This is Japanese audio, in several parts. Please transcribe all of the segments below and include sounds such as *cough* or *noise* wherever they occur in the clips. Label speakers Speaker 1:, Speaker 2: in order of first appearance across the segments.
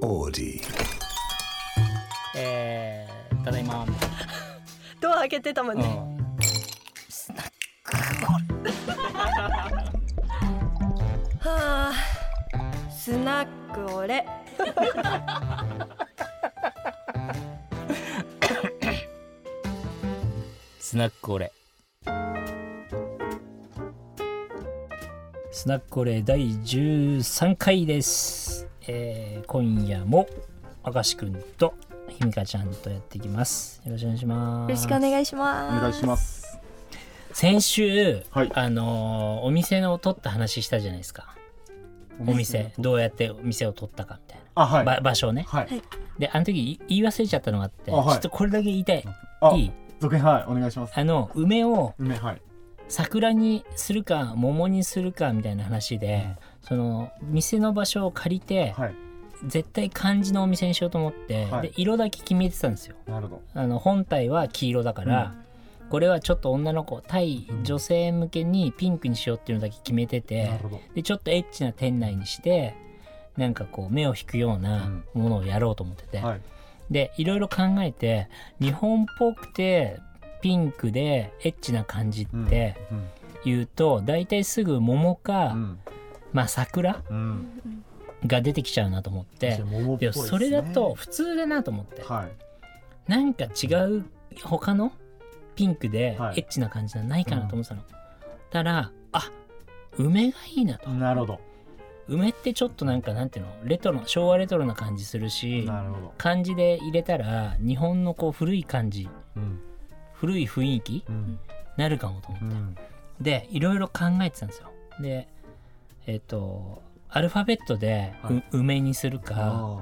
Speaker 1: オーディ
Speaker 2: えー、ただいまみたい
Speaker 3: ドア開けてたもん
Speaker 2: な、
Speaker 3: ね。
Speaker 2: うん
Speaker 3: はあ、スナックオレ。
Speaker 2: スナックオレスナックオレ第13回です、えー、今夜も明石くんとひみかちゃんとやっていきますよろしくお願いしま
Speaker 3: よ
Speaker 2: す
Speaker 3: ろしくお願いし
Speaker 4: お
Speaker 3: ます。
Speaker 4: 願いします。
Speaker 2: 先週、
Speaker 4: はい
Speaker 2: あのーお店のを取った話したじゃないですかお店どうやってお店を取ったかみたい
Speaker 4: あ、は
Speaker 2: な、
Speaker 4: い。
Speaker 2: ば場所をね
Speaker 4: はい。
Speaker 2: であの時い言い忘れちゃったのがあって
Speaker 4: あはい
Speaker 2: ちょっとこれだけ言いたい
Speaker 4: あ
Speaker 2: いい
Speaker 4: 続編、はい。お願いします。
Speaker 2: あの梅を
Speaker 4: 梅、はい。
Speaker 2: 桜にするか桃にするかみたいな話で、その店の場所を借りて、
Speaker 4: はい。
Speaker 2: 絶対漢字のお店にしようと思って、
Speaker 4: はい
Speaker 2: で色だけ決めてたんですよ
Speaker 4: なるほ
Speaker 2: あの本体は黄色だから、これはちょっと女の子対女性向けにピンクにしようっていうのだけ決めて
Speaker 4: ど。
Speaker 2: て
Speaker 4: なるほど。
Speaker 2: でちょっとエッチな店内にしてなんかこう目を引くようなものをやろうと思ってて、
Speaker 4: はい。
Speaker 2: でいろいろ考えて日本っぽくてピンクでエッチな感じ
Speaker 4: うん
Speaker 2: って
Speaker 4: うん。
Speaker 2: 言うと、大体すぐ桃か、
Speaker 4: うん。
Speaker 2: まあ桜
Speaker 4: うん。
Speaker 2: が出てきちゃうなと思って
Speaker 4: そして桃っ
Speaker 2: い
Speaker 4: ぽい
Speaker 2: や
Speaker 4: ですね
Speaker 2: それだと。普通だなと思って、
Speaker 4: はい。
Speaker 2: なんか違う他のピンクでエ
Speaker 4: はい
Speaker 2: ッチな感じじゃないかなと思ってたの。たらあ梅がいいなと
Speaker 4: なるほど。
Speaker 2: 梅ってちょっとなんかなんていうのレトロ昭和レトロな感じするし
Speaker 4: なるほど。
Speaker 2: 漢字で入れたら日本のこう古い感じ
Speaker 4: うん。
Speaker 2: 古い雰囲気
Speaker 4: うん。
Speaker 2: なるかもと思
Speaker 4: う
Speaker 2: って、
Speaker 4: ん。
Speaker 2: でいろいろ考えてたんですよでえっ、とアルファベットで、う
Speaker 4: は
Speaker 2: 梅にするか
Speaker 4: あ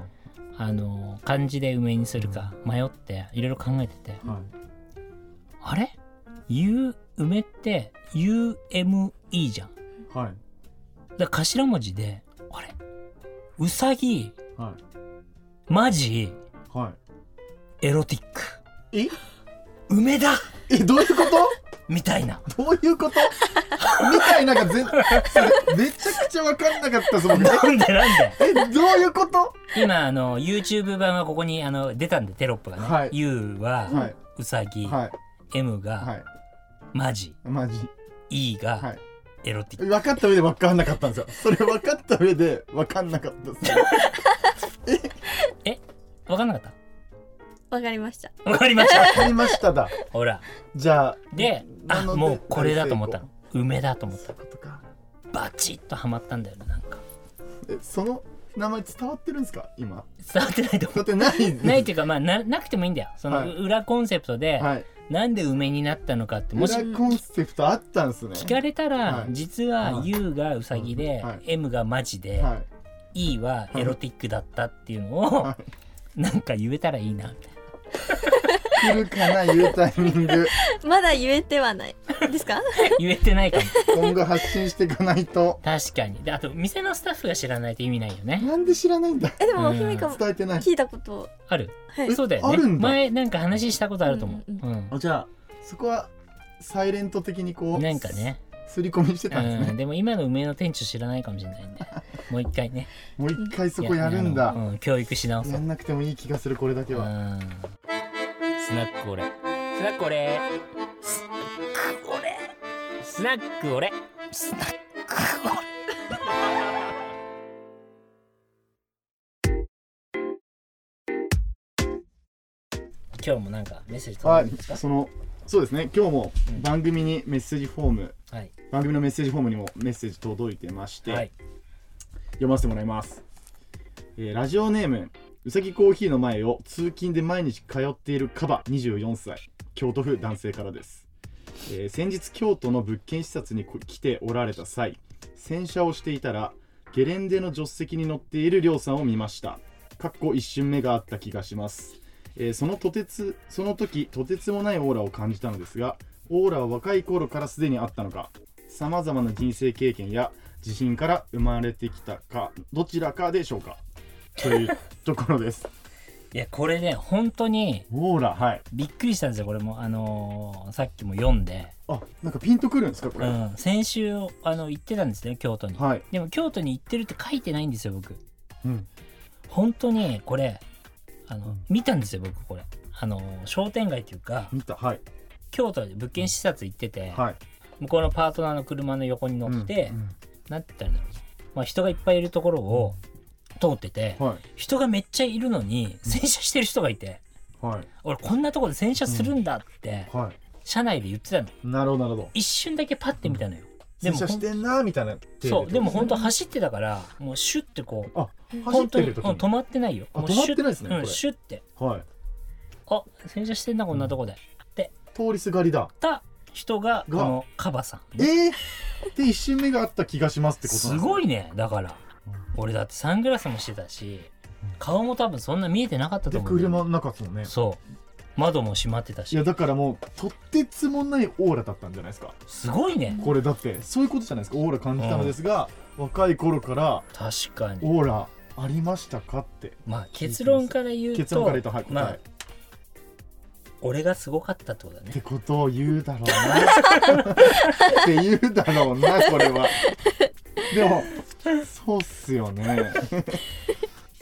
Speaker 2: あの漢字で梅にするか迷っていろいろ考えてて、
Speaker 4: ーはい。
Speaker 2: あれ ?U 梅って UME じゃん
Speaker 4: はい。
Speaker 2: だから頭文字であれうさぎ
Speaker 4: は
Speaker 2: マジ
Speaker 4: い。は
Speaker 2: エロティック
Speaker 4: い。え
Speaker 2: 梅だ
Speaker 4: え、どういうこ
Speaker 2: みたいな
Speaker 4: とどういうことみたいながぜ、それめちゃくちゃわか *laughs* んなかった、その。
Speaker 2: なんでなんで
Speaker 4: え、どういうこと
Speaker 2: 今あの YouTube 版はここにあの出たんでテロップがね、
Speaker 4: はい
Speaker 2: U
Speaker 4: は
Speaker 2: はいウサギ、
Speaker 4: はい。
Speaker 2: M が
Speaker 4: は
Speaker 2: マジ、
Speaker 4: い。マジ。
Speaker 2: E
Speaker 4: は
Speaker 2: が
Speaker 4: い。
Speaker 2: エロティック、
Speaker 4: 分かった上で分かんなかったんですよそれ分かった上で分かんなかったです
Speaker 2: わかんなかっ
Speaker 3: わかりました。
Speaker 2: たわかりました
Speaker 4: *laughs* 分かりましただ
Speaker 2: ほら
Speaker 4: じゃあ
Speaker 2: であ
Speaker 4: なので
Speaker 2: もうこれだと思ったの梅だと思っ
Speaker 4: そ
Speaker 2: た
Speaker 4: ういうことか
Speaker 2: バチッとはまったんだよねなんか
Speaker 4: えその名前伝わってるんですか今
Speaker 2: 伝わってないと思
Speaker 4: 伝わってないんで
Speaker 2: う *laughs* ないっていうかまあななくてもいいんだよその、
Speaker 4: はい
Speaker 2: 裏コンセプトで、
Speaker 4: はい
Speaker 2: なんで梅になったのかってもし
Speaker 4: 裏コンセプトあったんですね
Speaker 2: 聞かれたら、
Speaker 4: はい
Speaker 2: 実は
Speaker 4: はい
Speaker 2: U がウサギで、
Speaker 4: はい
Speaker 2: M がマジで、
Speaker 4: はい
Speaker 2: E はエロティックだったっていうのを、
Speaker 4: は
Speaker 2: *laughs* なんか言えたらいいなみたいな
Speaker 4: 来るかな言うタイミング
Speaker 3: まだ言えてはない。です
Speaker 4: *laughs*
Speaker 3: か。
Speaker 2: 言えてないかも
Speaker 4: 今後発信していかないと
Speaker 2: 確かにであと店のスタッフが知らないと意味ないよね
Speaker 4: なんで知らないんだ
Speaker 3: え、で
Speaker 2: う
Speaker 3: も、
Speaker 2: ん
Speaker 3: ひみかも
Speaker 4: 伝えてない
Speaker 3: 聞いたこと。
Speaker 2: ある
Speaker 3: はい。
Speaker 2: そうだよね
Speaker 4: あるんだ
Speaker 2: 前なんか話したことあると思う、
Speaker 3: うん
Speaker 2: うん
Speaker 4: じゃあそこはサイレント的にこう
Speaker 2: なんかね
Speaker 4: すり込みしてたんです
Speaker 2: うん、
Speaker 4: ね
Speaker 2: でも今の梅の店長知らないかもしれないんでもう一回ね
Speaker 4: もう一回 *laughs* そこやるんだ
Speaker 2: いやうん、教育し直そう
Speaker 4: やんなくてもいい気がするこれだけ
Speaker 2: うん
Speaker 4: は
Speaker 2: スナックオレスナックオレスナックオレスナックオレスナックオレ *laughs* 今日もなんかメッセージ
Speaker 4: は
Speaker 2: 届いてま
Speaker 4: い、
Speaker 2: すか
Speaker 4: そのそうですね今日も
Speaker 2: うん
Speaker 4: 番組にメッセージフォーム
Speaker 2: はい、
Speaker 4: 番組のメッセージフォームにもメッセージ届いてまして、
Speaker 2: はい、
Speaker 4: 読ませてもらいます、えーラジオネームうさぎコーヒーの前を通勤で毎日通っているカバ24歳京都府男性からです、えー先日京都の物件視察にこ来ておられた際洗車をしていたらゲレンデの助手席に乗っているりょうさんを見ましたかっこ一瞬目があった気がします、えーそのとてつその時とてつもないオーラを感じたのですがオーラは若い頃からすでにあったのかさまざまな人生経験や自信から生まれてきたかどちらかでしょうかというところです
Speaker 2: *laughs* いやこれね本当に
Speaker 4: オーラはい
Speaker 2: びっくりしたんですよこれもあのーさっきも読んで、
Speaker 4: あなんかピンとくるんですかこ
Speaker 2: う
Speaker 4: れ、
Speaker 2: ん、先週あの行ってたんですね京都に、
Speaker 4: はい、
Speaker 2: でも京都に行ってるって書いてないんですよ僕
Speaker 4: うん、
Speaker 2: 本当にこれあの、
Speaker 4: うん
Speaker 2: 見たんですよ僕これあの商店街というか
Speaker 4: 見たはい
Speaker 2: 京都で物件視察行ってて、
Speaker 4: はい
Speaker 2: 向こうのパートナーの車の横に乗って、
Speaker 4: うん
Speaker 2: なんて言ったらいいんだろうな、まあ、人がいっぱいいるところを通ってて、
Speaker 4: うんはい
Speaker 2: 人がめっちゃいるのに洗車してる人がいて、
Speaker 4: はい
Speaker 2: 俺こんなとこで洗車するんだって、
Speaker 4: は
Speaker 2: 車内で言ってたの
Speaker 4: いなるほどなるほど
Speaker 2: 一瞬だけパッて見たのよ、で
Speaker 4: 洗
Speaker 2: も
Speaker 4: 車してんなみたいな
Speaker 2: そうでも本当
Speaker 4: は
Speaker 2: 走ってたからもうシュッてこう
Speaker 4: 走ってる
Speaker 2: 本
Speaker 4: 時
Speaker 2: 当に、うん、止まってないよ
Speaker 4: あ
Speaker 2: もうシュッ
Speaker 4: 止まってないですね
Speaker 2: うん、
Speaker 4: これ
Speaker 2: シュッて
Speaker 4: はい
Speaker 2: あ洗車してんなこんなとこで、
Speaker 4: 通りすがりだ
Speaker 2: た人がこ
Speaker 4: が
Speaker 2: のカバさんね、
Speaker 4: ええで一瞬目があった気がしますってこと
Speaker 2: す
Speaker 4: い
Speaker 2: ごいねだから俺だってサングラスもしてたし顔も多分そんな見えてなかったと
Speaker 4: で
Speaker 2: 思うんだよ
Speaker 4: 車の中ですもんね
Speaker 2: そう窓も閉まってた
Speaker 4: い
Speaker 2: し
Speaker 4: やだからもうとってつもないオーラだったんじゃないですか
Speaker 2: すごいね
Speaker 4: これだってそういうことじゃないですかオーラ感じたのですが、若い頃から
Speaker 2: 確かに
Speaker 4: オーラありましたかって
Speaker 2: まあ結論から言うと
Speaker 4: 結論から言うとはい答え、
Speaker 2: まあ俺がすごかったってことだ
Speaker 4: っ
Speaker 2: ね
Speaker 4: てことを言うだろうなって言うだろうなこれはでもそうっすよね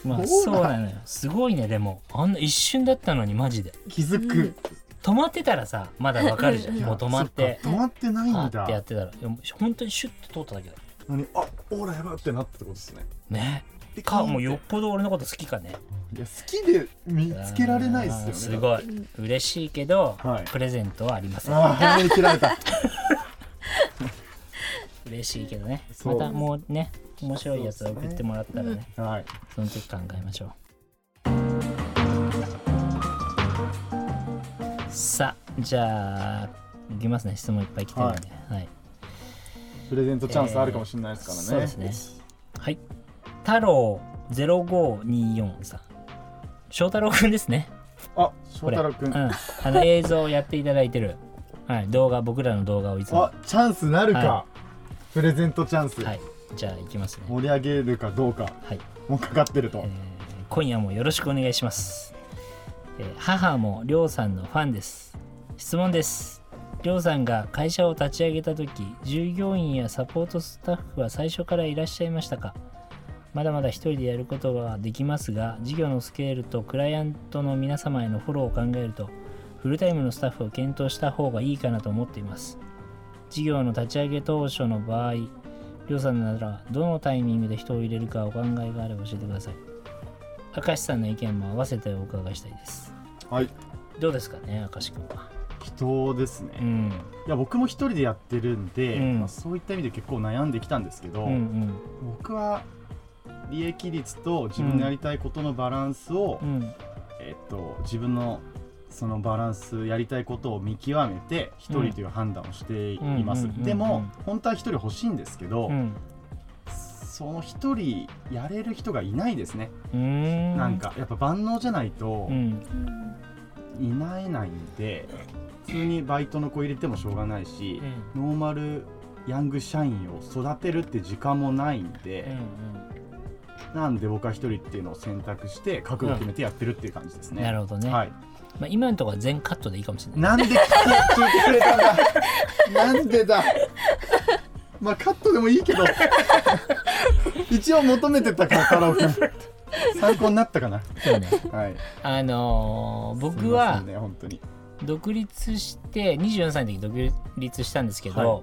Speaker 2: まあ
Speaker 4: どうだ
Speaker 2: そうなのよすごいねでもあんな一瞬だったのにマジで
Speaker 4: 気づく、
Speaker 2: 止まってたらさまだわかるじゃん
Speaker 4: いや
Speaker 2: もう止まって
Speaker 4: そっか止まってない
Speaker 2: あ
Speaker 4: ん
Speaker 2: ってやっ
Speaker 4: だ
Speaker 2: てたらいやもう本当にシュッと通っただけだ
Speaker 4: 何あオーラやばいってなったってことですね
Speaker 2: ね
Speaker 4: で
Speaker 2: かもう
Speaker 4: う
Speaker 2: よっぽど俺のこと好きかね
Speaker 4: いや好きで見つけられないっ
Speaker 2: あー
Speaker 4: す
Speaker 2: す
Speaker 4: よね
Speaker 2: ごい嬉しいけど、
Speaker 4: はい
Speaker 2: プレゼントはありません
Speaker 4: ああに切られた
Speaker 2: 嬉しいけどね
Speaker 4: そ
Speaker 2: ま
Speaker 4: う
Speaker 2: たもうね面白いやつを送ってもらったらね
Speaker 4: はい
Speaker 2: その時考えましょうさあじゃあいきますね質問いっぱい来てるんではい、はい
Speaker 4: プレゼントチャンスあるかもしれないですからね、
Speaker 2: そうですねはい、太郎0524さん翔太郎くんですね
Speaker 4: あ翔
Speaker 2: これ
Speaker 4: 太郎くん、
Speaker 2: うん、あの映像をやっていただいてる、はい、動画僕らの動画をいつも
Speaker 4: あチャンスなるか、
Speaker 2: は
Speaker 4: プレゼントチャンス、
Speaker 2: はいじゃあいきますね
Speaker 4: 盛り上げるかどうか
Speaker 2: はい
Speaker 4: もうかかってると、
Speaker 2: えー今夜もよろしくお願いします、えー母もりょうさんのファンです質問ですりょうさんが会社を立ち上げた時従業員やサポートスタッフは最初からいらっしゃいましたかまだまだ一人でやることはできますが事業のスケールとクライアントの皆様へのフォローを考えるとフルタイムのスタッフを検討した方がいいかなと思っています事業の立ち上げ当初の場合りょうさんならどのタイミングで人を入れるかお考えがあれば教えてください明石さんの意見も合わせてお伺いしたいです
Speaker 4: はい
Speaker 2: どうですかね明石君は
Speaker 4: 人ですね、
Speaker 2: う
Speaker 4: い
Speaker 2: ん
Speaker 4: や僕も一人でやってるんで、
Speaker 2: うん
Speaker 4: まあ、そういった意味で結構悩んできたんですけど、
Speaker 2: うん
Speaker 4: 僕は利益率と自分のやりたいことのバランスを、
Speaker 2: うんうん
Speaker 4: えっと、自分のそのバランスやりたいことを見極めて一人という判断をしています、
Speaker 2: うんうんうんうん
Speaker 4: でも本当は一人欲しいんですけど、
Speaker 2: うん
Speaker 4: その一人やれる人がいないですね、
Speaker 2: うーん
Speaker 4: なんかやっぱ万能じゃないと
Speaker 2: うん
Speaker 4: いないないんで、普通にバイトの子入れてもしょうがないし
Speaker 2: うんう、ん
Speaker 4: ノーマルヤング社員を育てるって時間もないん
Speaker 2: う
Speaker 4: で、
Speaker 2: ん
Speaker 4: なんで僕は一人っていうのを選択して覚悟を決めてやってるっていう感じですね、
Speaker 2: なるほどね、
Speaker 4: はい
Speaker 2: まあ、今のところは全カットでいいかもしれない
Speaker 4: なんで聞いて聞いてくれたん
Speaker 2: *laughs*
Speaker 4: だなんでだまあカットでもいいけど一応求めてたから太郎君参考になったかな
Speaker 2: そうね
Speaker 4: はい
Speaker 2: あの
Speaker 4: *laughs*
Speaker 2: ー僕
Speaker 4: すいませ
Speaker 2: は
Speaker 4: んね本当に
Speaker 2: 独立して24歳の時独立したんですけど、
Speaker 4: は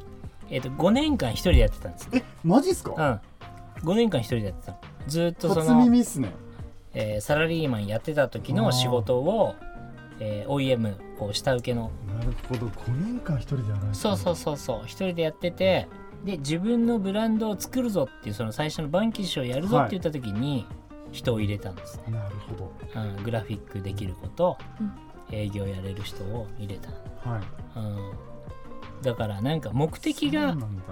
Speaker 2: えっと5年間一人でやってたんです
Speaker 4: えマジっす
Speaker 2: う
Speaker 4: か
Speaker 2: ん5年間一人でやってたのずーっとそ
Speaker 4: 初
Speaker 2: の
Speaker 4: 耳っすね
Speaker 2: えーサラリーマンやってた時の仕事を、えー OEM こう下請けの
Speaker 4: なるほど5年間一人でやらない
Speaker 2: そうそうそうそう一人でやっててで自分のブランドを作るぞっていうその最初のバンキッシュをやるぞって言った時に人を入れたんですね、
Speaker 4: うなるほど
Speaker 2: うん、グラフィックできること、
Speaker 3: うん
Speaker 2: 営業やれる人を入れた、
Speaker 4: はい
Speaker 2: うん、だからなんか目的
Speaker 4: そ
Speaker 2: が
Speaker 4: うなんだ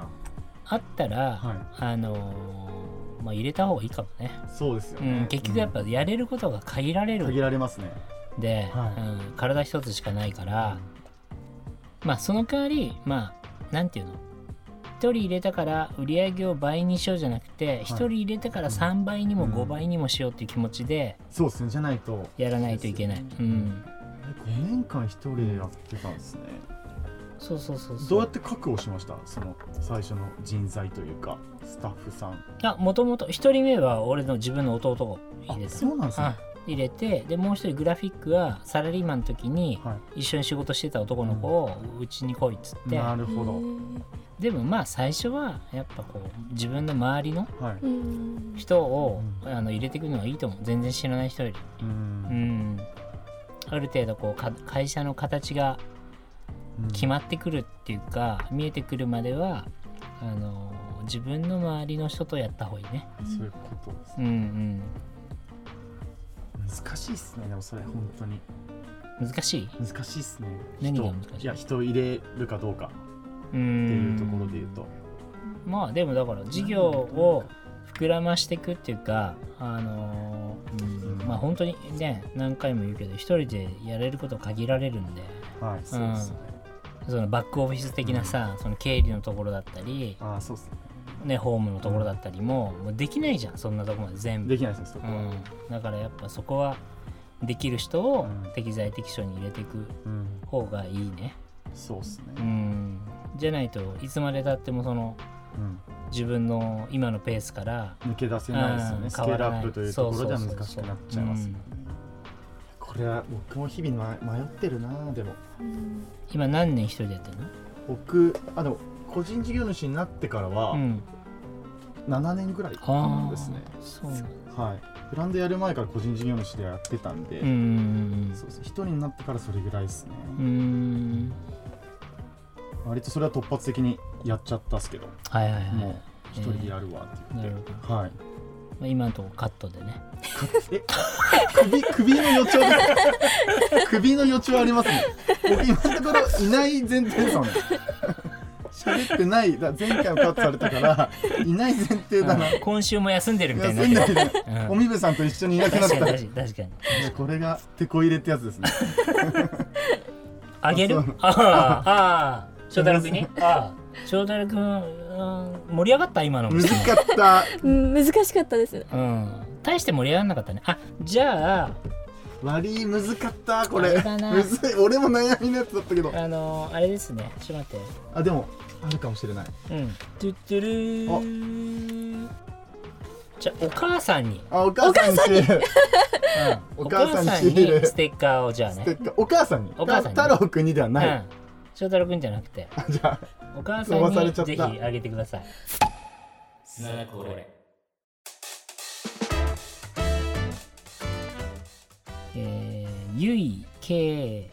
Speaker 2: あったら、
Speaker 4: はい
Speaker 2: あのーまあ入れた方がいいかもね、
Speaker 4: そうですよ
Speaker 2: う
Speaker 4: ね、
Speaker 2: ん、結局やっぱやれることが限られ
Speaker 4: うん
Speaker 2: る
Speaker 4: 限られますね
Speaker 2: で、
Speaker 4: はい
Speaker 2: うん、体一つしかないから、まあその代わりまあなんていうの1人入れたから売り上げを倍にしようじゃなくて1人入れたから3倍にも
Speaker 4: うん
Speaker 2: 5倍にもしようっていう気持ちで
Speaker 4: そうですねじゃないと
Speaker 2: やらないといけない、うん、
Speaker 4: え5年間一人でやってたんですね
Speaker 2: そうそうそうそう
Speaker 4: どうやって確保しましたその最初の人材というかスタッフさん
Speaker 2: いやもともと1人目は俺の自分の弟を
Speaker 4: あ
Speaker 2: 入れた
Speaker 4: そうなんですね
Speaker 2: あ入れてでもう1人グラフィックはサラリーマンの時に
Speaker 4: は
Speaker 2: 一緒に仕事してた男の子をうちに来いっつっ
Speaker 4: い
Speaker 2: て、
Speaker 4: なるほど
Speaker 2: でもまあ最初はやっぱこう自分の周りの
Speaker 4: はい
Speaker 3: うん
Speaker 2: 人を、
Speaker 4: う
Speaker 2: あの入れていくのがいいと思う全然知らない人より
Speaker 4: う
Speaker 2: うんんある程度こうか会社の形が決まってくるっていうか見えてくるまではあの自分の周りの人とやった方がいいね
Speaker 4: そういうことです
Speaker 2: うんうん
Speaker 4: 難しいっすねでもそれ本当に
Speaker 2: 難しい
Speaker 4: 難しいっすね
Speaker 2: 何が
Speaker 4: 人
Speaker 2: 難しい
Speaker 4: いや人を入れるかどうか
Speaker 2: って
Speaker 4: って
Speaker 2: い
Speaker 4: いうところで言うと
Speaker 2: まあでもだから事業を膨らましていくっていうかあのー
Speaker 4: うん
Speaker 2: まあ本当にね何回も言うけど一人でやれること限られるんで
Speaker 4: はいそうですね
Speaker 2: そのバックオフィス的なさ、その経理のところだったり、
Speaker 4: ああそうっすね
Speaker 2: ね、ホームのところだったりももうできないじゃんそんなとこまで全部、
Speaker 4: できないですねそこ
Speaker 2: う
Speaker 4: は
Speaker 2: ん、だからやっぱそこはできる人を
Speaker 4: うん
Speaker 2: 適材適所に入れていく
Speaker 4: うん
Speaker 2: 方がいいね、
Speaker 4: そうっす
Speaker 2: う
Speaker 4: ね
Speaker 2: ん、じゃないといつまでたってもその
Speaker 4: うん
Speaker 2: 自分の今のペースから
Speaker 4: 抜け出せないですよ
Speaker 2: うん
Speaker 4: ねスケールアッ
Speaker 2: 変わらな
Speaker 4: プ
Speaker 2: い
Speaker 4: というところでは
Speaker 2: そうそうそう
Speaker 4: 難
Speaker 2: そ
Speaker 4: し
Speaker 2: う
Speaker 4: くなっちゃいますよねこれは僕も日々ま迷ってるなでも
Speaker 2: 今何年一人でやってるの
Speaker 4: 僕あの個人事業主になってからは
Speaker 2: うん、
Speaker 4: 7年ぐらいか
Speaker 2: あ
Speaker 4: な
Speaker 2: あ
Speaker 4: ですね、
Speaker 2: そうなんだ
Speaker 4: はいブランドやる前から個人事業主でやってたんで、
Speaker 2: うんうん
Speaker 4: そうそう一人になってからそれぐらいですね、
Speaker 2: うんうん
Speaker 4: 割とそれは突発的にやっちゃったっすけど、
Speaker 2: はいはいはい
Speaker 4: もう一人でやるわって言
Speaker 2: なる
Speaker 4: っ
Speaker 2: ほ
Speaker 4: て、
Speaker 2: ど
Speaker 4: はい
Speaker 2: まあ今のとこカットでね
Speaker 4: え首首の予兆 *laughs* です首の予兆ありますね僕今のところいない前提ですもんね *laughs* 喋ってないだ前回もカットされたからいない前提だな
Speaker 2: うん今週も休んでるみたいにな
Speaker 4: 休
Speaker 2: って
Speaker 4: ん
Speaker 2: る
Speaker 4: でる
Speaker 2: うん
Speaker 4: おみべさんと一緒にいなくなっ
Speaker 2: 確
Speaker 4: た
Speaker 2: かに
Speaker 4: い
Speaker 2: 確かに確かに
Speaker 4: やこれがてこ入れってやつですね
Speaker 2: あげる
Speaker 4: あそう
Speaker 2: ああああ翔太郎君にああ翔太郎君うん盛り上がった今のも
Speaker 4: 難しかった
Speaker 3: うん難しかったです
Speaker 2: うん大して盛り上がんなかったねあじゃあ
Speaker 4: 割り難かったこ
Speaker 2: あれ
Speaker 4: れ
Speaker 2: だな
Speaker 4: むずい俺も悩みのやつだったけど
Speaker 2: あのあれですねちょっと待っ
Speaker 4: あでもあるかもしれない
Speaker 2: てうんトゥットゥルーじゃあお母さんに
Speaker 4: あお母さんにシール
Speaker 2: お
Speaker 4: お
Speaker 2: 母
Speaker 4: 母
Speaker 2: さ
Speaker 4: さ
Speaker 2: ん
Speaker 4: ん
Speaker 2: に
Speaker 4: にシール
Speaker 2: ステッカーをじゃあ
Speaker 4: ス
Speaker 2: ね
Speaker 4: テッカーお母さんに
Speaker 2: お母さんに
Speaker 4: た太郎くんにではない、
Speaker 2: うん翔太郎くんじゃなくて
Speaker 4: あじゃあ
Speaker 2: お母さん
Speaker 4: 飛ばされ
Speaker 2: に
Speaker 4: ちゃった
Speaker 2: ぜひあげてくださいえー、ゆいけい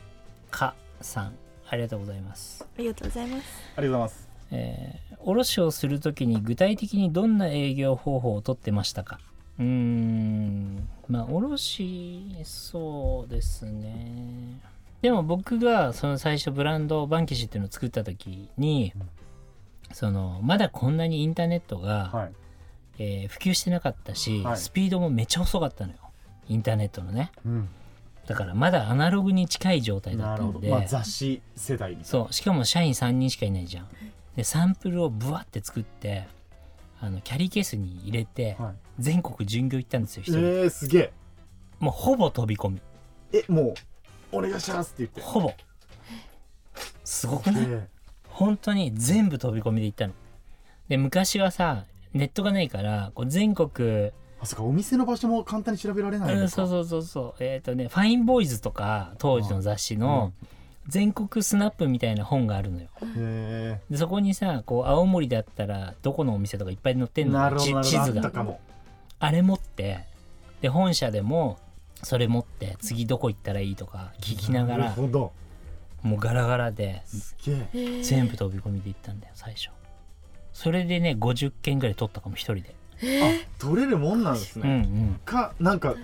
Speaker 2: かさんありがとうございます
Speaker 3: ありがとうございます
Speaker 4: ありがとうございます
Speaker 2: えー卸しをするときに具体的にどんな営業方法をとってましたかうーんまあ卸しそうですねでも僕がその最初ブランドバンキシっていうのを作った時に
Speaker 4: うん
Speaker 2: そのまだこんなにインターネットが、
Speaker 4: はい
Speaker 2: えー普及してなかったし、
Speaker 4: はい
Speaker 2: スピードもめっちゃ遅かったのよインターネットのね
Speaker 4: うん
Speaker 2: だからまだアナログに近い状態だ
Speaker 4: な
Speaker 2: っ
Speaker 4: る
Speaker 2: た
Speaker 4: ほ
Speaker 2: ん
Speaker 4: ど、
Speaker 2: で、
Speaker 4: まあ、雑誌世代に
Speaker 2: そうしかも社員3人しかいないじゃんでサンプルをブワって作ってあのキャリーケースに入れて
Speaker 4: はい、
Speaker 2: 全国巡業行ったんですよ
Speaker 4: え
Speaker 2: 一人、
Speaker 4: ー、すげえ
Speaker 2: もうほぼ飛び込み
Speaker 4: えもう「お願いします」って言って
Speaker 2: ほぼすごくない
Speaker 4: え
Speaker 2: 本当に全部飛び込みで行ったので昔はさネットがないからこう全国、
Speaker 4: ーあそっかお店の場所も簡単に調べられない
Speaker 2: うんん
Speaker 4: ですか
Speaker 2: そうそうそうそうえっ、とね「ファインボーイズ」とか当時の雑誌の全国スナップみたいな本があるのよ
Speaker 4: へ
Speaker 2: でそこにさこう青森だったらどこのお店とかいっぱい載って
Speaker 4: え
Speaker 2: んの
Speaker 4: なるほどな
Speaker 2: ち
Speaker 4: る
Speaker 2: 地
Speaker 4: ほ
Speaker 2: 図
Speaker 4: どあった
Speaker 2: が
Speaker 4: かも
Speaker 2: あれ持ってで本社でもそれ持って次どこ行ったらいいとか聞きなが
Speaker 4: る
Speaker 2: ら
Speaker 4: ほど
Speaker 2: もうガラガラです
Speaker 4: げえ
Speaker 2: 全部飛び込みで行ったんだよ最初それでね50件ぐらい取ったかも一人で
Speaker 4: あ取れるもんなんです
Speaker 2: うんう
Speaker 4: ね、
Speaker 2: ん
Speaker 4: かなんか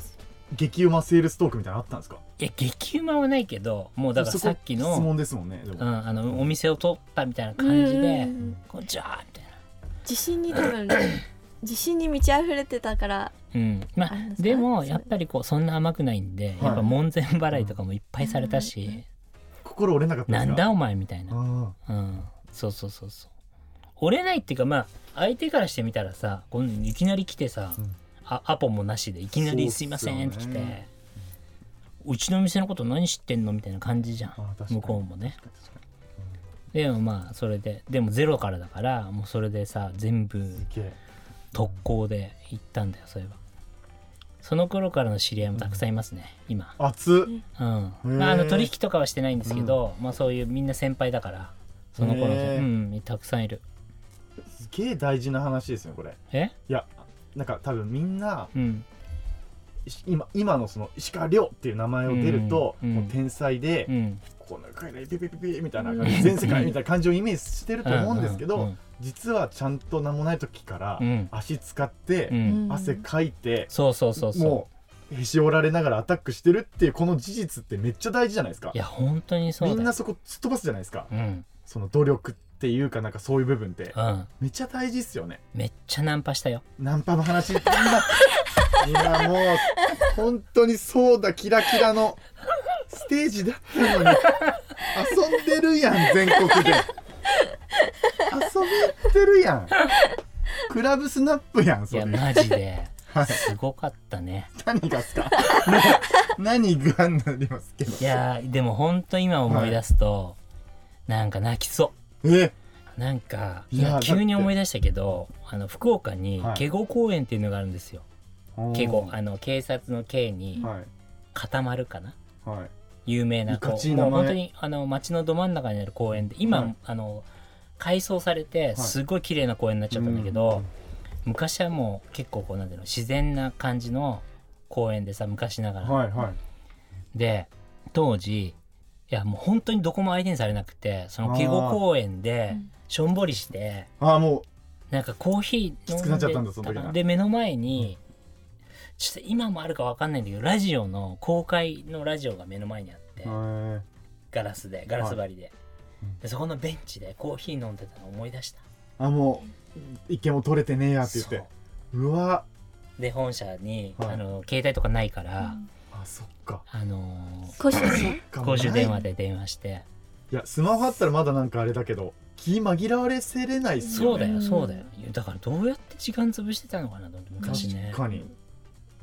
Speaker 4: 激うまセールストークみたいなのあったんですか
Speaker 2: いや激うまはないけどもうだから
Speaker 4: そこ
Speaker 2: さっき
Speaker 4: 質
Speaker 2: の,、
Speaker 4: 問ですもんねで
Speaker 2: う
Speaker 4: も、
Speaker 2: ん、あのお店を取ったみたいな感じで
Speaker 3: うん
Speaker 2: こうじゃーみたいな
Speaker 3: 自信に多分
Speaker 4: *coughs*
Speaker 3: 自信に満ち溢れてたから
Speaker 2: うんまあ
Speaker 3: ありますか
Speaker 2: でもやっぱりこうそんな甘くないんで、やっぱ門前払いとかもいっぱいされたし、
Speaker 4: 心折れなかったです
Speaker 2: な
Speaker 4: か
Speaker 2: んだお前みたいなう
Speaker 4: あ
Speaker 2: ん、そうそうそうそう折れないっていうかまあ相手からしてみたらさこんいきなり来てさ、
Speaker 4: うん
Speaker 2: あアポもなしでいきなり「すいません」って来、
Speaker 4: そうってすよね
Speaker 2: うちの店のこと何知ってんの?」みたいな感じじゃん
Speaker 4: ああ確かに
Speaker 2: 向こうもね
Speaker 4: 確かに
Speaker 2: でもまあそれででもゼロからだからもうそれでさ全部
Speaker 4: け
Speaker 2: 特攻で行ったんだよそういえばその頃からの知り合いもたくさんいますね、今
Speaker 4: 熱っ
Speaker 2: うん、まあ、あの
Speaker 4: へえ
Speaker 2: 取引とかはしてないんですけど、まあ、そういうみんな先輩だからその頃の、
Speaker 4: へえ
Speaker 2: うんたくさんいる
Speaker 4: すげえ大事な話ですねこれ
Speaker 2: え
Speaker 4: いやなんか多分みんな
Speaker 2: うん
Speaker 4: し今今のその石川遼っていう名前を出ると、
Speaker 2: うん
Speaker 4: もう天才で、
Speaker 2: うん
Speaker 4: この声でピピピピみたいな感じ全世界みたいな感じをイメージしてると思うんですけど、
Speaker 2: うん
Speaker 4: 実はちゃんと名もない時から
Speaker 2: うん
Speaker 4: 足使っ
Speaker 2: う
Speaker 4: て
Speaker 2: ん
Speaker 4: 汗かいて、
Speaker 2: そうそうそうそう
Speaker 4: もうへし折られながらアタックしてるっていうこの事実ってめっちゃ大事じゃないですか
Speaker 2: いや本当にそうだ
Speaker 4: み
Speaker 2: よ
Speaker 4: んなそこすっ飛ばすじゃないですか、
Speaker 2: うん
Speaker 4: その努力っていうかなんかそういう部分って
Speaker 2: うん
Speaker 4: めっちゃ大事っすよね
Speaker 2: めっちゃナンパしたよ
Speaker 4: ナンパの話今今もう本当にそうだキラキラのステージだったのに遊んでるやん全国で遊べてるやんクラブスナップやん
Speaker 2: い
Speaker 4: それ
Speaker 2: やマジで
Speaker 4: はい
Speaker 2: すごかったね
Speaker 4: 何がっすかもう何がになりますけど
Speaker 2: いやーでも本当今思い出すと、なんか泣きそ
Speaker 4: え
Speaker 2: うなんか
Speaker 4: いや
Speaker 2: いや急に
Speaker 4: だって
Speaker 2: 思い出したけどあの福岡に
Speaker 4: はい
Speaker 2: 警護公園っていうのがあるんですよ、警護あの警察の警に
Speaker 4: はい
Speaker 2: 固まるかな、
Speaker 4: はい
Speaker 2: 有名ない
Speaker 4: か
Speaker 2: こ
Speaker 4: ち
Speaker 2: う
Speaker 4: い名
Speaker 2: も
Speaker 4: 前
Speaker 2: う本当にあの町のど真ん中にある公園で今、
Speaker 4: はい
Speaker 2: あの改装されてすごい綺麗な公園になっちゃったんだけど、昔はもう結構こうなんていうの自然な感じの公園でさ昔ながら、
Speaker 4: はいはい
Speaker 2: で当時いやもう本当にどこも相手にされなくてその季語公園でしょんぼりして
Speaker 4: ああも
Speaker 2: なんかコーヒー飲んで
Speaker 4: きつくなっちゃったんだその時は
Speaker 2: で目の前にちょっと今もあるかわかんないんだけどラジオの公開のラジオが目の前にあって、
Speaker 4: うへ
Speaker 2: ガラスでガラス張りで,、
Speaker 4: うん
Speaker 2: でそこのベンチでコーヒー飲んでたの思い出した
Speaker 4: ーあもう一見も取れてねえやって言っ
Speaker 2: そ
Speaker 4: て
Speaker 2: う
Speaker 4: うわ
Speaker 2: で本社に、
Speaker 4: はい
Speaker 2: あの携帯とかないから、
Speaker 4: あそっか
Speaker 2: あの
Speaker 3: 公衆電
Speaker 2: ー公衆電話
Speaker 4: で
Speaker 2: で電話して、
Speaker 4: いやスマホあったらまだなんかあれだけど気紛らわれせれないっす
Speaker 2: そう
Speaker 4: よ
Speaker 2: だ
Speaker 4: ね
Speaker 2: よそうだよいやだからどうやって時間潰してたのかなと思って昔ね
Speaker 4: 確かに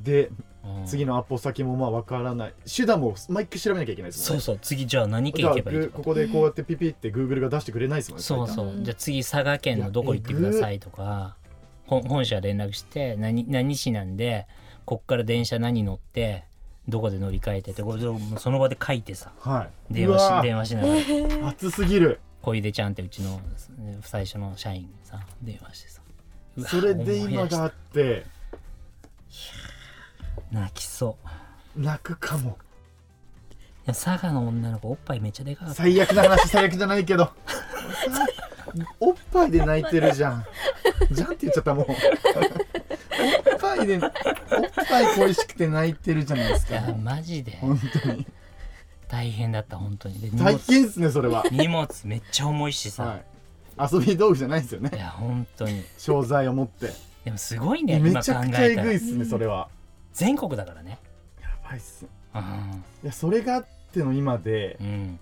Speaker 4: で
Speaker 2: うん
Speaker 4: 次のアポ先もまあわからない手段も毎回調べなきゃいけないです
Speaker 2: そ
Speaker 4: も
Speaker 2: う
Speaker 4: んね
Speaker 2: そう次じゃあ何
Speaker 4: じ
Speaker 2: 県
Speaker 4: ゃ
Speaker 2: 行
Speaker 4: あ
Speaker 2: けばいい
Speaker 4: ぐ
Speaker 2: とか
Speaker 4: ここでこうやってピピってグーグルが出してくれないですもんね
Speaker 2: そうそううじゃあ次佐賀県のどこ行ってくださいとかほん本社連絡して何何市なんでこっから電車何乗ってどこで乗り換えてってこれでもうその場で書いてさ
Speaker 4: はい
Speaker 2: 電
Speaker 4: う
Speaker 2: 話
Speaker 4: わ
Speaker 2: し電話しながら
Speaker 4: ー熱すぎる
Speaker 2: 小出ちゃんってうちのね最初の社員さ電話してさうわ
Speaker 4: それで
Speaker 2: 思い出
Speaker 4: 今
Speaker 2: した
Speaker 4: があって
Speaker 2: 泣きそうい
Speaker 4: 泣くかも
Speaker 2: や佐賀の女の子おっぱいめっちゃでかかった
Speaker 4: 最悪な話最悪じゃないけどおっぱいで泣いてるじゃんじゃんって言っちゃったもうおっぱいでおっぱい恋しくて泣いてるじゃないです
Speaker 2: いや
Speaker 4: か
Speaker 2: マジで
Speaker 4: 本当に
Speaker 2: 大変だった本当にで荷
Speaker 4: 大
Speaker 2: 物
Speaker 4: 変ですねそれは、
Speaker 2: 荷物めっちゃ重いしさ、
Speaker 4: はい、遊び道具じゃないですよ
Speaker 2: い、
Speaker 4: ね
Speaker 2: や本当に
Speaker 4: 商材を持って
Speaker 2: でもすごいね
Speaker 4: めち
Speaker 2: 今
Speaker 4: ゃく
Speaker 2: 考
Speaker 4: ちゃ
Speaker 2: え
Speaker 4: え
Speaker 2: た
Speaker 4: ぐい
Speaker 2: ら
Speaker 4: っすねそれは
Speaker 2: 全国だからね
Speaker 4: やばいっすね
Speaker 2: うん、
Speaker 4: いやそれがあっての今で
Speaker 2: うん、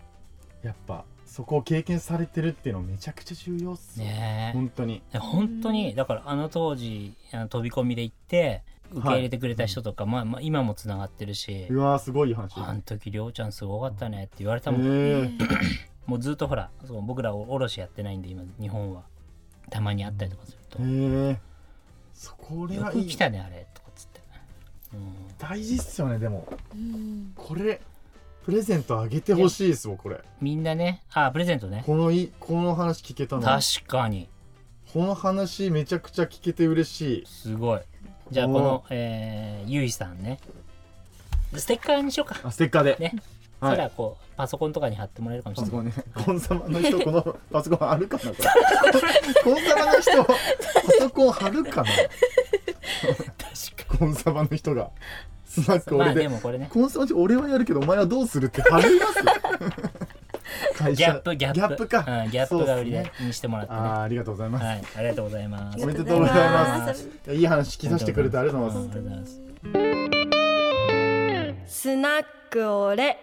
Speaker 4: やっぱそこを経験されてるっていうのめちゃくちゃ重要っすね
Speaker 2: ね
Speaker 4: 本当に
Speaker 2: え本当にだからあの当時あの飛び込みで行って受け入れてくれた人とか、まあ、まあ今もつながってるし
Speaker 4: うわーすごいいい話
Speaker 2: あの時りょうちゃんすごかったねって言われた
Speaker 4: え
Speaker 2: もん、
Speaker 4: ー、
Speaker 2: もうずっとほらそう僕らお卸やってないんで今日本はたまに会ったりとかすると
Speaker 4: え、ー、そこれ
Speaker 2: よ
Speaker 4: はい
Speaker 2: く
Speaker 4: い
Speaker 2: 来たねあれとかっつって、うん、
Speaker 4: 大事っすよねでも
Speaker 3: 話
Speaker 4: これプレゼントあげてほしいっすもんこれ
Speaker 2: みんなねあプレゼントね
Speaker 4: このいこの話聞けたの
Speaker 2: 確かに
Speaker 4: この話めちゃくちゃ聞けて嬉しい
Speaker 2: すごいじゃあ
Speaker 4: おー
Speaker 2: この、えー、ゆいさんねステッカーにしようか
Speaker 4: あステッカーで、
Speaker 2: ね
Speaker 4: は
Speaker 2: そした
Speaker 4: い
Speaker 2: らこうパソコンとかに貼ってもらえるかもし
Speaker 4: パ
Speaker 2: れ
Speaker 4: ソ
Speaker 2: ない
Speaker 4: コンねコン様の人このパソコンあるかなこれ *laughs* コン様の人パソコン貼るかな
Speaker 2: 確
Speaker 4: コン様の人がスナック
Speaker 2: ま
Speaker 4: 俺
Speaker 2: あ
Speaker 4: で,、
Speaker 2: でもこれね
Speaker 4: コン様の人俺はやるけどお前はどうするって貼ります
Speaker 2: *laughs*
Speaker 4: 会社
Speaker 2: ギャップギャップ
Speaker 4: ギャップか、
Speaker 2: うん、ギャップが売り
Speaker 4: そう
Speaker 2: で
Speaker 4: っすね
Speaker 2: にしてもらってね
Speaker 4: あーありがとうございます、
Speaker 2: はいありがとうございます
Speaker 4: おめ
Speaker 2: あ
Speaker 4: でとうございます
Speaker 2: す
Speaker 4: いやいい話聞きさせてくれてありがとうございます
Speaker 2: りがとうございます
Speaker 3: スナックオレ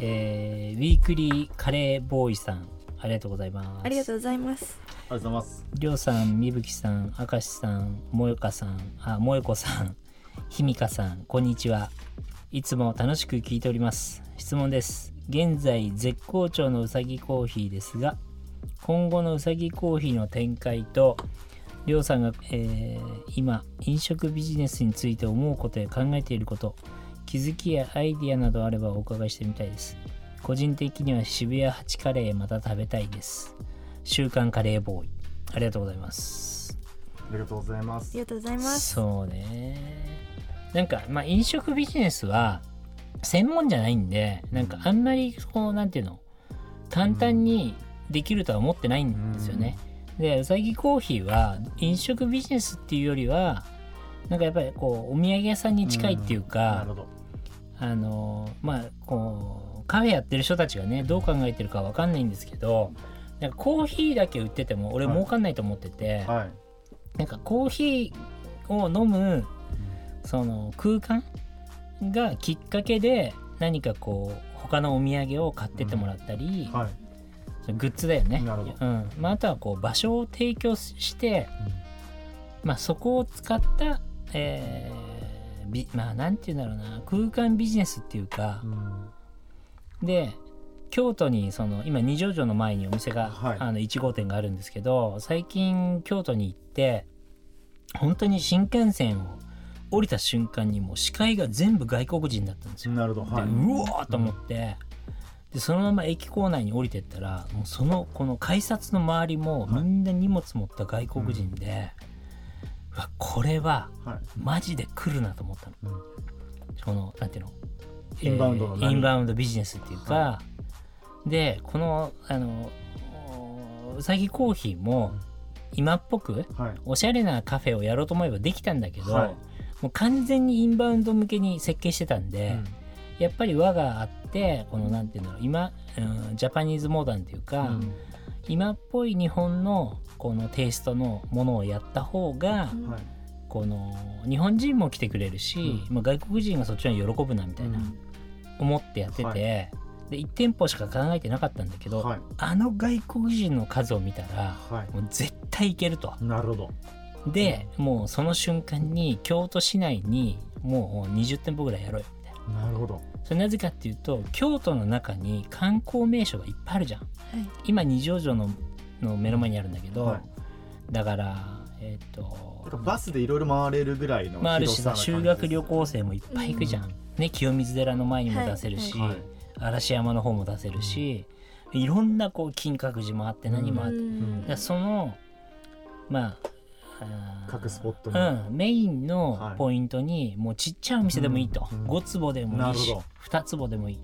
Speaker 2: えーウィークリーカレーボーイさんありがとうございます
Speaker 1: ありがとうございます。
Speaker 4: ありがとうございます。
Speaker 2: りょうさんみぶきさんあかしさんもよかさんあもよこさん *laughs* ひみかさんこんにちはいつも楽しく聞いております質問です現在絶好調のうさぎコーヒーですが今後のうさぎコーヒーの展開とりょうさんが、えー今飲食ビジネスについて思うことや考えていること気づきやアイディアなどあればお伺いしてみたいです個人的には渋谷八カレーまた食べたいです週刊カレーボーイありがとうございます
Speaker 4: ありがとうございま
Speaker 3: あ
Speaker 4: す
Speaker 3: りがとうございます
Speaker 2: そうねなんかまあ飲食ビジネスは専門じゃないんでなんかあんまりこうなんていうの簡単にできるとは思ってないんですよね、でうさぎコーヒーは飲食ビジネスっていうよりはなんかやっぱりこうお土産屋さんに近いっていう
Speaker 4: な
Speaker 2: か
Speaker 4: る、ほど
Speaker 2: あのまあこうカフェやってる人たちがねどう考えてるかわかんないんですけどなんかコーヒーだけ売ってても俺
Speaker 4: はい
Speaker 2: 儲かんないと思ってて、
Speaker 4: はい
Speaker 2: なんかコーヒーを飲むその空間がきっかけで何かこう他のお土産を買ってってもらったり、
Speaker 4: はい
Speaker 2: そのグッズだよね。
Speaker 4: なるほ
Speaker 2: うんまあ、あとはこう場所を提供して、まあ、そこを使った、えーびまあなんて言うんだろうな空間ビジネスっていうか
Speaker 4: う、ん
Speaker 2: で京都にその今二条城の前にお店が、
Speaker 4: はい
Speaker 2: あの1号店があるんですけど最近京都に行って本当に新幹線を降りた瞬間にもう視界が全部外国人だったんですよ。
Speaker 4: なるほど
Speaker 2: で
Speaker 4: はいう
Speaker 2: おーと思って、でそのまま駅構内に降りてったらもうそのこの改札の周りもみ
Speaker 4: はい
Speaker 2: んな荷物持った外国人で、うわこれは
Speaker 4: はい
Speaker 2: マジで来るなと思ったの。
Speaker 4: うん
Speaker 2: そのなんていうの
Speaker 4: インバウンドの
Speaker 2: えーイン
Speaker 4: 波
Speaker 2: バウンドビジネスっていうか、でこのあのおうさぎコーヒーも今っぽく
Speaker 4: はい
Speaker 2: おしゃれなカフェをやろうと思えばできたんだけど、
Speaker 4: はい
Speaker 2: もう完全にインバウンド向けに設計してたんで、
Speaker 4: うん
Speaker 2: やっぱり輪があってこのなんていうんだろう今、うん、ジャパニーズモダンっていうか、今っぽい日本のこのテイストのものをやった方が、
Speaker 3: うん
Speaker 4: はい
Speaker 2: この日本人も来てくれるし、まあ、外国人がそっちの方が喜ぶなみたいな、思ってやってて、
Speaker 4: はい
Speaker 2: で1店舗しか考えてなかったんだけど、
Speaker 4: はい
Speaker 2: あの外国人の数を見たら
Speaker 4: は
Speaker 2: もう絶対行けると。
Speaker 4: いなるほど
Speaker 2: でもうその瞬間に京都市内にもう20店舗ぐらいやろうよみたいな。
Speaker 4: なるほど
Speaker 2: それなぜかっていうと京都の中に観光名所がいっぱいあるじゃん。
Speaker 3: はい
Speaker 2: 今二条城のの目の前にあるんだけど、
Speaker 4: はい
Speaker 2: だからえっ、と
Speaker 4: なんかバスでいろいろ回れるぐらいの
Speaker 2: まあ、ある
Speaker 4: 広
Speaker 2: し
Speaker 4: さ
Speaker 2: さ
Speaker 4: な感じ
Speaker 2: 修学旅行生もいっぱい行くじゃん、
Speaker 4: うん
Speaker 2: ね、清水寺の前にも出せるし、
Speaker 4: はいはい
Speaker 2: 嵐山の方も出せるし、いろんなこう金閣寺もあって何もあって、
Speaker 3: うん
Speaker 2: だからそのまああー
Speaker 4: 各スポットに
Speaker 2: うん、メイン
Speaker 4: は
Speaker 2: の
Speaker 4: い
Speaker 2: ポイントに、もうちっちゃいお店でもいいと、
Speaker 4: うんうん
Speaker 2: 5坪でもいい
Speaker 4: なる
Speaker 2: し
Speaker 4: ほど
Speaker 2: 2坪でもいい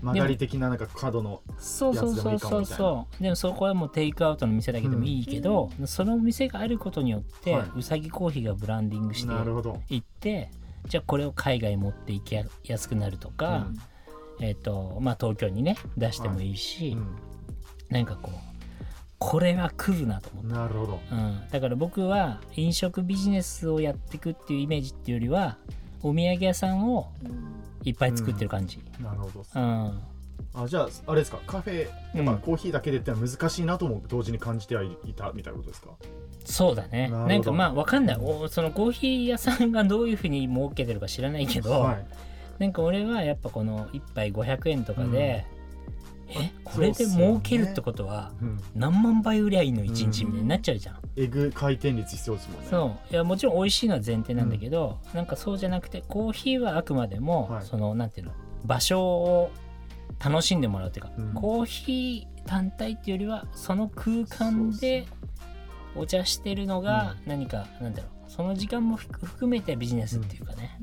Speaker 4: 曲がり的ななんか角の
Speaker 2: そうそうそうそうそうでもそこはもうテイクアウトの店だけでもいいけど、そのお店があることによって、
Speaker 4: はいう
Speaker 2: さぎコーヒーがブランディングして
Speaker 4: なるほど
Speaker 2: 行ってじゃあこれを海外持って行きややすくなるとか、えっ、とまあ東京にね出してもいいし、
Speaker 4: うん
Speaker 2: なんかこうこれは来るなと思って、
Speaker 4: なるほど
Speaker 2: うん、だから僕は飲食ビジネスをやっていくっていうイメージっていうよりはお土産屋さんをいっぱい作ってる感じ、
Speaker 4: なるほど
Speaker 2: うん
Speaker 4: あじゃああれですかカフェ
Speaker 2: うん
Speaker 4: まあコーヒーだけでってのは難しいなとも同時に感じてはいたみたいなことですか
Speaker 2: そうだね
Speaker 4: なる
Speaker 2: な
Speaker 4: ほど
Speaker 2: んかまあわかんないおそのコーヒー屋さんがどういうふうに儲けてるか知らないけど、
Speaker 4: はい
Speaker 2: なんか俺はやっぱこの1杯500円とかで、えこれで
Speaker 4: そうっすよね
Speaker 2: 儲けるってことは
Speaker 4: うん
Speaker 2: 何万倍売りゃいいの1日みたいになっちゃうじゃん、
Speaker 4: エグ回転率必要ですもんね
Speaker 2: そういやもちろん美味しいのは前提なんだけど、なんかそうじゃなくてコーヒーはあくまでも、
Speaker 4: はい
Speaker 2: そのなんていうの場所を楽しんでもらうっていうか、
Speaker 4: うん
Speaker 2: コーヒー単体っていうよりはその空間でお茶してるのが何か、なんだろうその時間も含含めてビジネスっていうかね、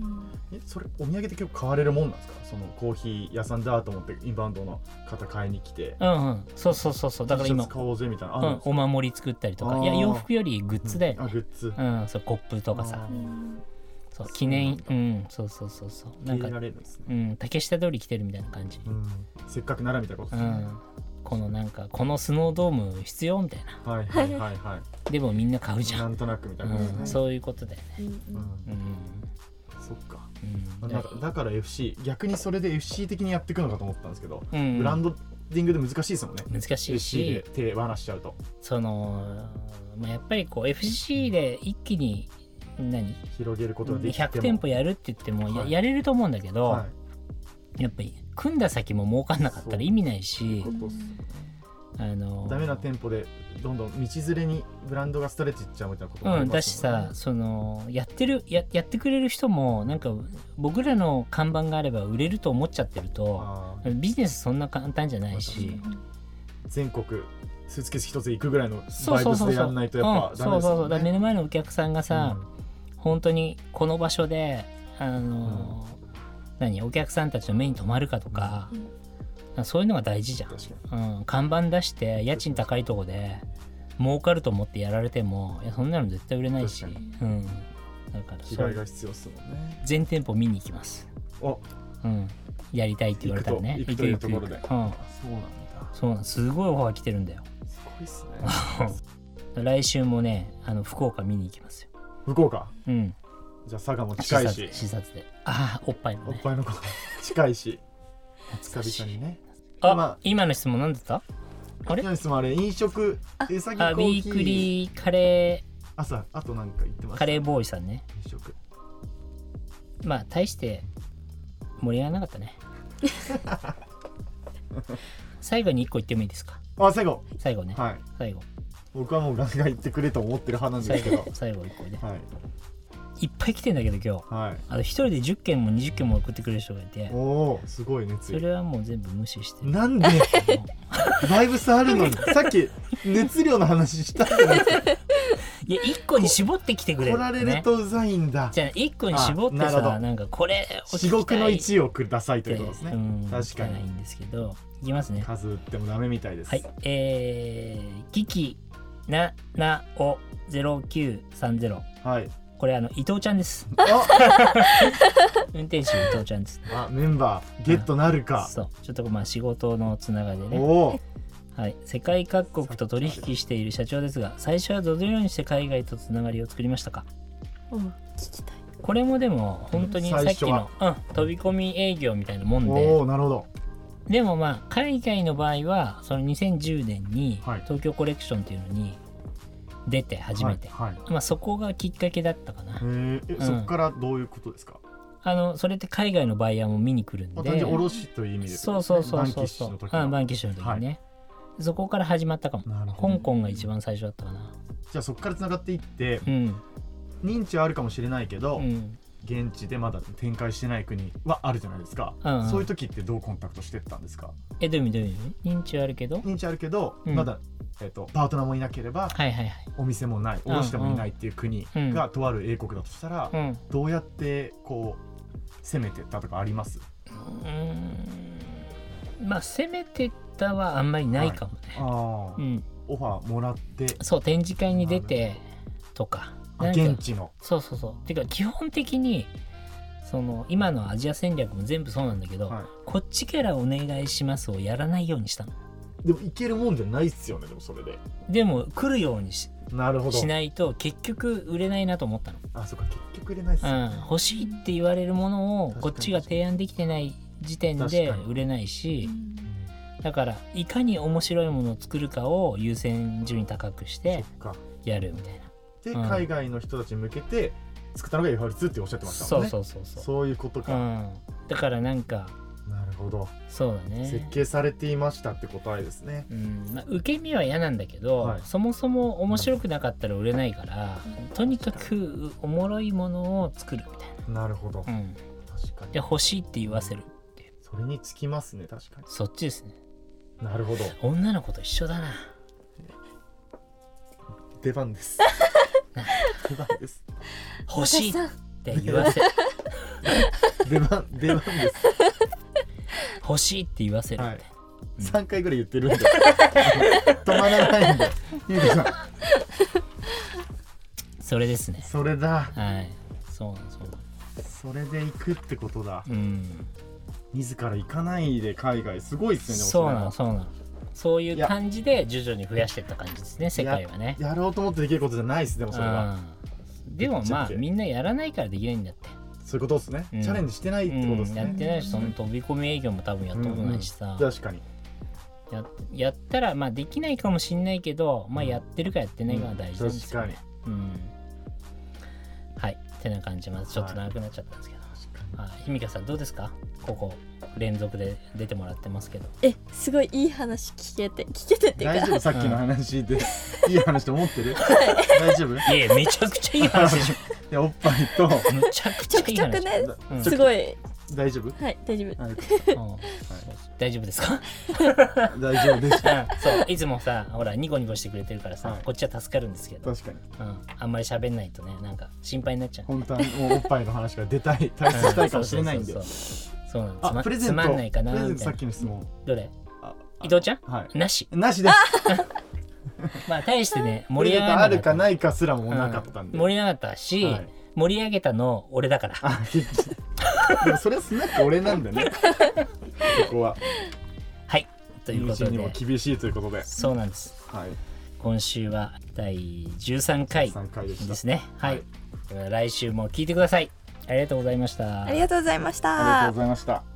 Speaker 4: えそれお土産で結構買われるもんなんですかそのコーヒー屋さんだと思ってインバウンドの方買いに来て
Speaker 2: うん、うんそうそうそうそうだから
Speaker 4: T シ
Speaker 2: 今
Speaker 4: ャツ買おうぜみたいなあ
Speaker 2: う
Speaker 4: るん
Speaker 2: ん
Speaker 4: です、か
Speaker 2: お守り作ったりとかいや
Speaker 4: あー
Speaker 2: 洋服よりグッズだよ
Speaker 4: あ
Speaker 2: ね、
Speaker 4: グッズ
Speaker 2: うんそうコップとかさ
Speaker 4: あー
Speaker 2: そう記念
Speaker 4: そううん
Speaker 2: そうそうそうそうなん
Speaker 4: 入
Speaker 2: か
Speaker 4: れられるんですね
Speaker 2: うん竹下通り来てるみたいな感じ
Speaker 4: うんせっかくならみたいなこと
Speaker 2: う
Speaker 4: ですね
Speaker 2: んこのなんかこのスノードーム必要みたいな
Speaker 4: はいはいはいはい
Speaker 2: でもみんな買う *laughs* じゃ、
Speaker 4: なんんとなくみた
Speaker 2: う
Speaker 4: いなことですね、
Speaker 2: ん、そういうことだよね
Speaker 4: うん
Speaker 2: うん
Speaker 4: そっか
Speaker 2: うん
Speaker 4: なんかだから FC 逆にそれで FC 的にやっていくのかと思ったんですけど、
Speaker 2: うん
Speaker 4: ブランドディングで難しいですもんね、
Speaker 2: 難しい
Speaker 4: FC で
Speaker 2: し
Speaker 4: 手離しちゃうと
Speaker 2: その、まあ、やっぱりこう FC で一気に何
Speaker 4: 広げることができても
Speaker 2: 100店舗やるって言ってもや,、
Speaker 4: はい
Speaker 2: やれると思うんだけど、
Speaker 4: は
Speaker 2: やっぱり組んだ先も儲かんなかった
Speaker 4: そ
Speaker 2: ら
Speaker 4: う
Speaker 2: 意味ないし
Speaker 4: そうことっす
Speaker 2: あの
Speaker 4: い、ダメな店舗でどんどん道連れにブランドが廃れていっちゃうみたいなこともあ
Speaker 2: う
Speaker 4: り
Speaker 2: ん、
Speaker 4: ま
Speaker 2: だし
Speaker 4: すもんね
Speaker 2: さそのやってるややってくれる人もなんか僕らの看板があれば売れると思っちゃってると
Speaker 4: あ
Speaker 2: ビジネスそんな簡単じゃないし
Speaker 4: ー全国スーツケース一つで行くぐらいの
Speaker 2: そう
Speaker 4: バイ
Speaker 2: そう
Speaker 4: ブス
Speaker 2: そう
Speaker 4: で
Speaker 2: そう,、
Speaker 4: やん
Speaker 2: うん、
Speaker 4: ないと
Speaker 2: そう
Speaker 4: やっぱ
Speaker 2: そ
Speaker 4: ダメ
Speaker 2: う
Speaker 4: です
Speaker 2: そ
Speaker 4: よ
Speaker 2: うだから目
Speaker 4: ね
Speaker 2: の前のお客さんがさ、
Speaker 4: うん
Speaker 2: 本当にこの場所であの、何お客さんたちの目に留まるかとか,、
Speaker 3: うん
Speaker 2: そういうのが大事じゃん、
Speaker 4: 確かに
Speaker 2: うん、看板出して家賃高いとこで儲かると思ってやられてもいやそんなの絶対売れないし、う
Speaker 4: 確か
Speaker 2: ん、だから
Speaker 4: 気
Speaker 2: そ
Speaker 4: 概
Speaker 2: う
Speaker 4: が必要っすもんね
Speaker 2: 全店舗見に行きます、
Speaker 4: あ
Speaker 2: うん、やりたいって言われたらね
Speaker 4: 行くと行くというところで
Speaker 2: 行く行くうん、
Speaker 4: そうなんだ
Speaker 2: そうなんすごいオファー来てるんだよ
Speaker 4: すごいっすね
Speaker 2: *laughs* 来週もねあの福岡見に行きますよ、
Speaker 4: 福岡
Speaker 2: うん、
Speaker 4: じゃあ佐賀も
Speaker 2: 視
Speaker 4: 近
Speaker 2: *laughs*
Speaker 4: い
Speaker 2: 察
Speaker 4: し
Speaker 2: 視察でああおっぱいの
Speaker 4: おっ
Speaker 2: ね
Speaker 4: ぱいの子近
Speaker 2: *laughs*
Speaker 4: いし
Speaker 2: 懐かし
Speaker 4: 久
Speaker 2: い
Speaker 4: 々にね
Speaker 2: あ、
Speaker 4: まあ
Speaker 2: 今の質問何だったあれ
Speaker 4: 何ですもあれ飲食うさぎコ
Speaker 2: あウ
Speaker 4: ー
Speaker 2: ィ
Speaker 4: ヒ
Speaker 2: ーク
Speaker 4: ー
Speaker 2: リーカレ
Speaker 4: 朝あとなんか言ってま
Speaker 2: ー
Speaker 4: す
Speaker 2: カレーボーイさんね
Speaker 4: 飲食
Speaker 2: まあ大して盛り上がらなかった
Speaker 4: *laughs*
Speaker 2: ね最後に1個言ってもいいですか
Speaker 4: あ最後
Speaker 2: 最後ね、
Speaker 4: はい
Speaker 2: 最後
Speaker 4: 僕はもうガンガン言ってくれと思ってる派なんで
Speaker 2: 最 *laughs*
Speaker 4: すけど
Speaker 2: 後最後1個ね
Speaker 4: はい
Speaker 2: いっぱい来てんだけど今日
Speaker 4: はい
Speaker 2: あと1人で10件も20件も送ってくれる人がいて
Speaker 4: おおすごい熱
Speaker 2: そ
Speaker 4: 意
Speaker 2: れはもう全部無視してる
Speaker 4: なんでバイブスあるのにさっき熱量の話したじゃないですか
Speaker 2: いや1個に絞ってきてくれ *laughs*
Speaker 4: 来
Speaker 2: る、
Speaker 4: られるとうざいんだ
Speaker 2: じゃあ1個に絞って
Speaker 4: あなるほ
Speaker 2: さ
Speaker 4: ど
Speaker 2: なんかこれを聞
Speaker 4: 至
Speaker 2: き
Speaker 4: 極
Speaker 2: た
Speaker 4: の
Speaker 2: いって
Speaker 4: 1をくださいということですね
Speaker 2: うん
Speaker 4: 確か
Speaker 2: 言ったらいい
Speaker 4: に
Speaker 2: んですけどいきますね
Speaker 4: 数打ってもダメみたいです
Speaker 2: はい、えー、キキななお0930
Speaker 4: はい
Speaker 2: これあの伊藤ちゃんです。
Speaker 4: あ
Speaker 2: 運転手の伊藤ちゃんです。
Speaker 4: あメンバーゲットなる
Speaker 2: *laughs*
Speaker 4: か
Speaker 2: そう、ちょっとまあ仕事のつながりで
Speaker 4: お
Speaker 2: ね。
Speaker 4: お
Speaker 2: はい、世界各国と取引している社長ですが、最初はどのようにして海外とつながりを作りましたか。
Speaker 3: うん、聞きたい。
Speaker 2: これもでも本当にさっ
Speaker 4: 最
Speaker 2: き
Speaker 4: 初は
Speaker 2: の、うん、飛び込み営業みたいなもん
Speaker 4: お
Speaker 2: で、
Speaker 4: おなるほど
Speaker 2: でもまあ海外の場合はその2010年に
Speaker 4: はい
Speaker 2: 東京コレクションっていうのに出て初めて、
Speaker 4: はいはい
Speaker 2: まあそこがきっかけだったかな。
Speaker 4: へーえ
Speaker 2: ん
Speaker 4: そこからどういうことですか
Speaker 2: あのそれって海外のバイヤーも見に来るん
Speaker 4: まあ
Speaker 2: で
Speaker 4: 単純に卸という意味で
Speaker 2: そうそうそうそうそ
Speaker 4: バンキッシュの
Speaker 2: う
Speaker 4: 時
Speaker 2: あ
Speaker 4: の
Speaker 2: バンキッシュの時ね、そこから始まったかも
Speaker 4: なるほど
Speaker 2: 香港が一番最初だったかな
Speaker 4: じゃあそこからつながっていって
Speaker 2: うん
Speaker 4: 認知はあるかもしれないけど、
Speaker 2: うん
Speaker 4: 現地でまだ展開してない国はあるじゃないですか、
Speaker 2: うんうん
Speaker 4: そういう時ってどうコンタクトしてったんですか
Speaker 2: えどういう意味どういう意味認知はあるけど
Speaker 4: 認知あるけど、
Speaker 2: うん
Speaker 4: まだ、えっとパートナーもいなければ
Speaker 2: はいはいはい
Speaker 4: お店もない
Speaker 2: うん
Speaker 4: 卸してもいないっていう国
Speaker 2: うん
Speaker 4: がとある英国だとしたら、
Speaker 2: うんう
Speaker 4: どうやってこう攻めてったとかあります
Speaker 2: ーんまあ攻めてったはあんまりないかもね、
Speaker 4: あ
Speaker 2: う
Speaker 4: ー、
Speaker 2: ん
Speaker 4: オファーもらって
Speaker 2: そう展示会に出てとか
Speaker 4: あ
Speaker 2: なんか
Speaker 4: 現地の
Speaker 2: そうそうそうていうか基本的にその今のアジア戦略も全部そうなんだけど、
Speaker 4: はい
Speaker 2: こっちからお願いしますをやらないようにしたの
Speaker 4: でも行けるもんじゃないっすよねでもそれで
Speaker 2: でも来るようにし
Speaker 4: なるほど
Speaker 2: しないと結局売れないなと思ったの、
Speaker 4: あそっか結局入れないっすよね、
Speaker 2: うん、欲しいって言われるものをこっちが提案できてない時点で
Speaker 4: 確かに
Speaker 2: 売れないしだからいかに面白いものを作るかを優先順位高くし
Speaker 4: そ
Speaker 2: て
Speaker 4: っか
Speaker 2: やるみたいな
Speaker 4: で、
Speaker 2: うん
Speaker 4: 海外の人たちに向けて作ったのが FR2 っておっしゃってました
Speaker 2: そ
Speaker 4: もん
Speaker 2: う
Speaker 4: ね
Speaker 2: そうそうそう、
Speaker 4: そういうこと
Speaker 2: う
Speaker 4: か、
Speaker 2: ん、だからなんか
Speaker 4: なるほど、
Speaker 2: そうだ
Speaker 4: 設
Speaker 2: ね、
Speaker 4: 計されていましたって答えですね
Speaker 2: うんまあ、受け身は嫌なんだけど、
Speaker 4: はい
Speaker 2: そもそも面白くなかったら売れないからとにかくおもろいものを作るみたい
Speaker 4: なるほど、
Speaker 2: な、うん、
Speaker 4: 確か
Speaker 2: で
Speaker 4: に
Speaker 2: 欲しいって言わせる
Speaker 4: それにつきますね確か
Speaker 2: そっちですね
Speaker 4: になるほど
Speaker 2: 女の子と一緒だな
Speaker 4: 出番です
Speaker 2: *laughs*
Speaker 4: 出番です
Speaker 2: 欲しいっ
Speaker 3: さん
Speaker 2: て言わせ *laughs*
Speaker 4: *laughs* 出番出番で
Speaker 2: 欲しいって言わせるみたいな、
Speaker 4: す3回ぐらい言ってるんで止まらないんでゆうこさん
Speaker 2: それですね
Speaker 4: それだ
Speaker 2: はいそうなんそうなん
Speaker 4: それで行くってことだ
Speaker 2: うん
Speaker 4: 自ら行かないで海外すごいっすねでも
Speaker 2: そうなの
Speaker 4: れ
Speaker 2: そうなのそうい
Speaker 4: いうや
Speaker 2: 感じで徐々に増やしていった感じですね世界はね
Speaker 4: やろうと思ってできることじゃないっすでもそれは
Speaker 2: うんでもまあ
Speaker 4: ぶっちゃけ
Speaker 2: みんなやらないからできないんだって
Speaker 4: そういうことですね、
Speaker 2: うん
Speaker 4: チャレンジしてないってことですね、
Speaker 2: うんやってないしその飛び込み営業も多分やったことないしさ、
Speaker 4: 確かに
Speaker 2: ややったらまあできないかもしん *laughs* ないけどまあやってるかやってないかが大事なんですよね、うんはいてな感じまでちょっと長くなっちゃったんですけど、はい、ひみかさんどうですかここ連続で出てもらってますけど
Speaker 1: えすごいいい話聞けて聞けてっていう
Speaker 4: 大
Speaker 1: か
Speaker 4: 丈夫さっきの話
Speaker 2: *laughs*
Speaker 4: でいい話と思ってる大丈夫い
Speaker 2: いやめちゃくちゃいい話でしょ
Speaker 4: やおっぱいと
Speaker 2: *laughs* むちゃくち
Speaker 1: ち
Speaker 2: ゃ
Speaker 1: ょ
Speaker 2: い
Speaker 1: く
Speaker 2: い
Speaker 1: ちょく
Speaker 2: 話、
Speaker 1: ね
Speaker 2: うん
Speaker 1: すごい
Speaker 4: 大丈夫
Speaker 1: はい大丈夫
Speaker 4: はい
Speaker 2: うん大丈夫ですか
Speaker 4: 大丈夫でし
Speaker 2: う
Speaker 4: た
Speaker 2: んそういつもさほらニコニコしてくれてるからさ、
Speaker 4: はい
Speaker 2: こっちは助かるんですけど、
Speaker 4: 確かに
Speaker 2: うん、あんまり喋んないとねなんか心配になっちゃう
Speaker 4: 本当はもうおっぱいの話が出たい退出したいかもしれないんで
Speaker 2: そうそうそうそうなんです
Speaker 4: あプレゼン
Speaker 2: つ
Speaker 4: ト
Speaker 2: まんないかな
Speaker 4: プレゼン
Speaker 2: み
Speaker 4: ト
Speaker 2: た
Speaker 4: さ
Speaker 2: い
Speaker 4: っ
Speaker 2: な
Speaker 4: きの質問
Speaker 2: どれ
Speaker 4: ああ
Speaker 2: 伊藤ちゃん
Speaker 4: はい
Speaker 2: なし
Speaker 4: なしです
Speaker 2: まあ大してね
Speaker 4: 盛
Speaker 2: 盛
Speaker 4: り
Speaker 2: り
Speaker 4: 上
Speaker 2: 上が
Speaker 4: が
Speaker 2: ら
Speaker 4: あ
Speaker 2: な
Speaker 4: る
Speaker 2: か
Speaker 4: か
Speaker 2: った
Speaker 4: ないかすらもなかったんで、
Speaker 2: うん盛り上がったし、
Speaker 4: はい
Speaker 2: 盛り上げたの俺だから
Speaker 4: あ結局でもそれはスナック俺なん
Speaker 2: *laughs*
Speaker 4: だねここは
Speaker 2: はいというこ
Speaker 4: 友
Speaker 2: と
Speaker 4: 人にも
Speaker 2: で
Speaker 4: 厳しいということで
Speaker 2: そうなんです
Speaker 4: はい
Speaker 2: 今週は第13回
Speaker 4: 3回でし
Speaker 2: で
Speaker 4: た
Speaker 2: すねはい、では来週も聞いてくださいありがとうございました
Speaker 1: ありがとうございました
Speaker 4: ありがとうございました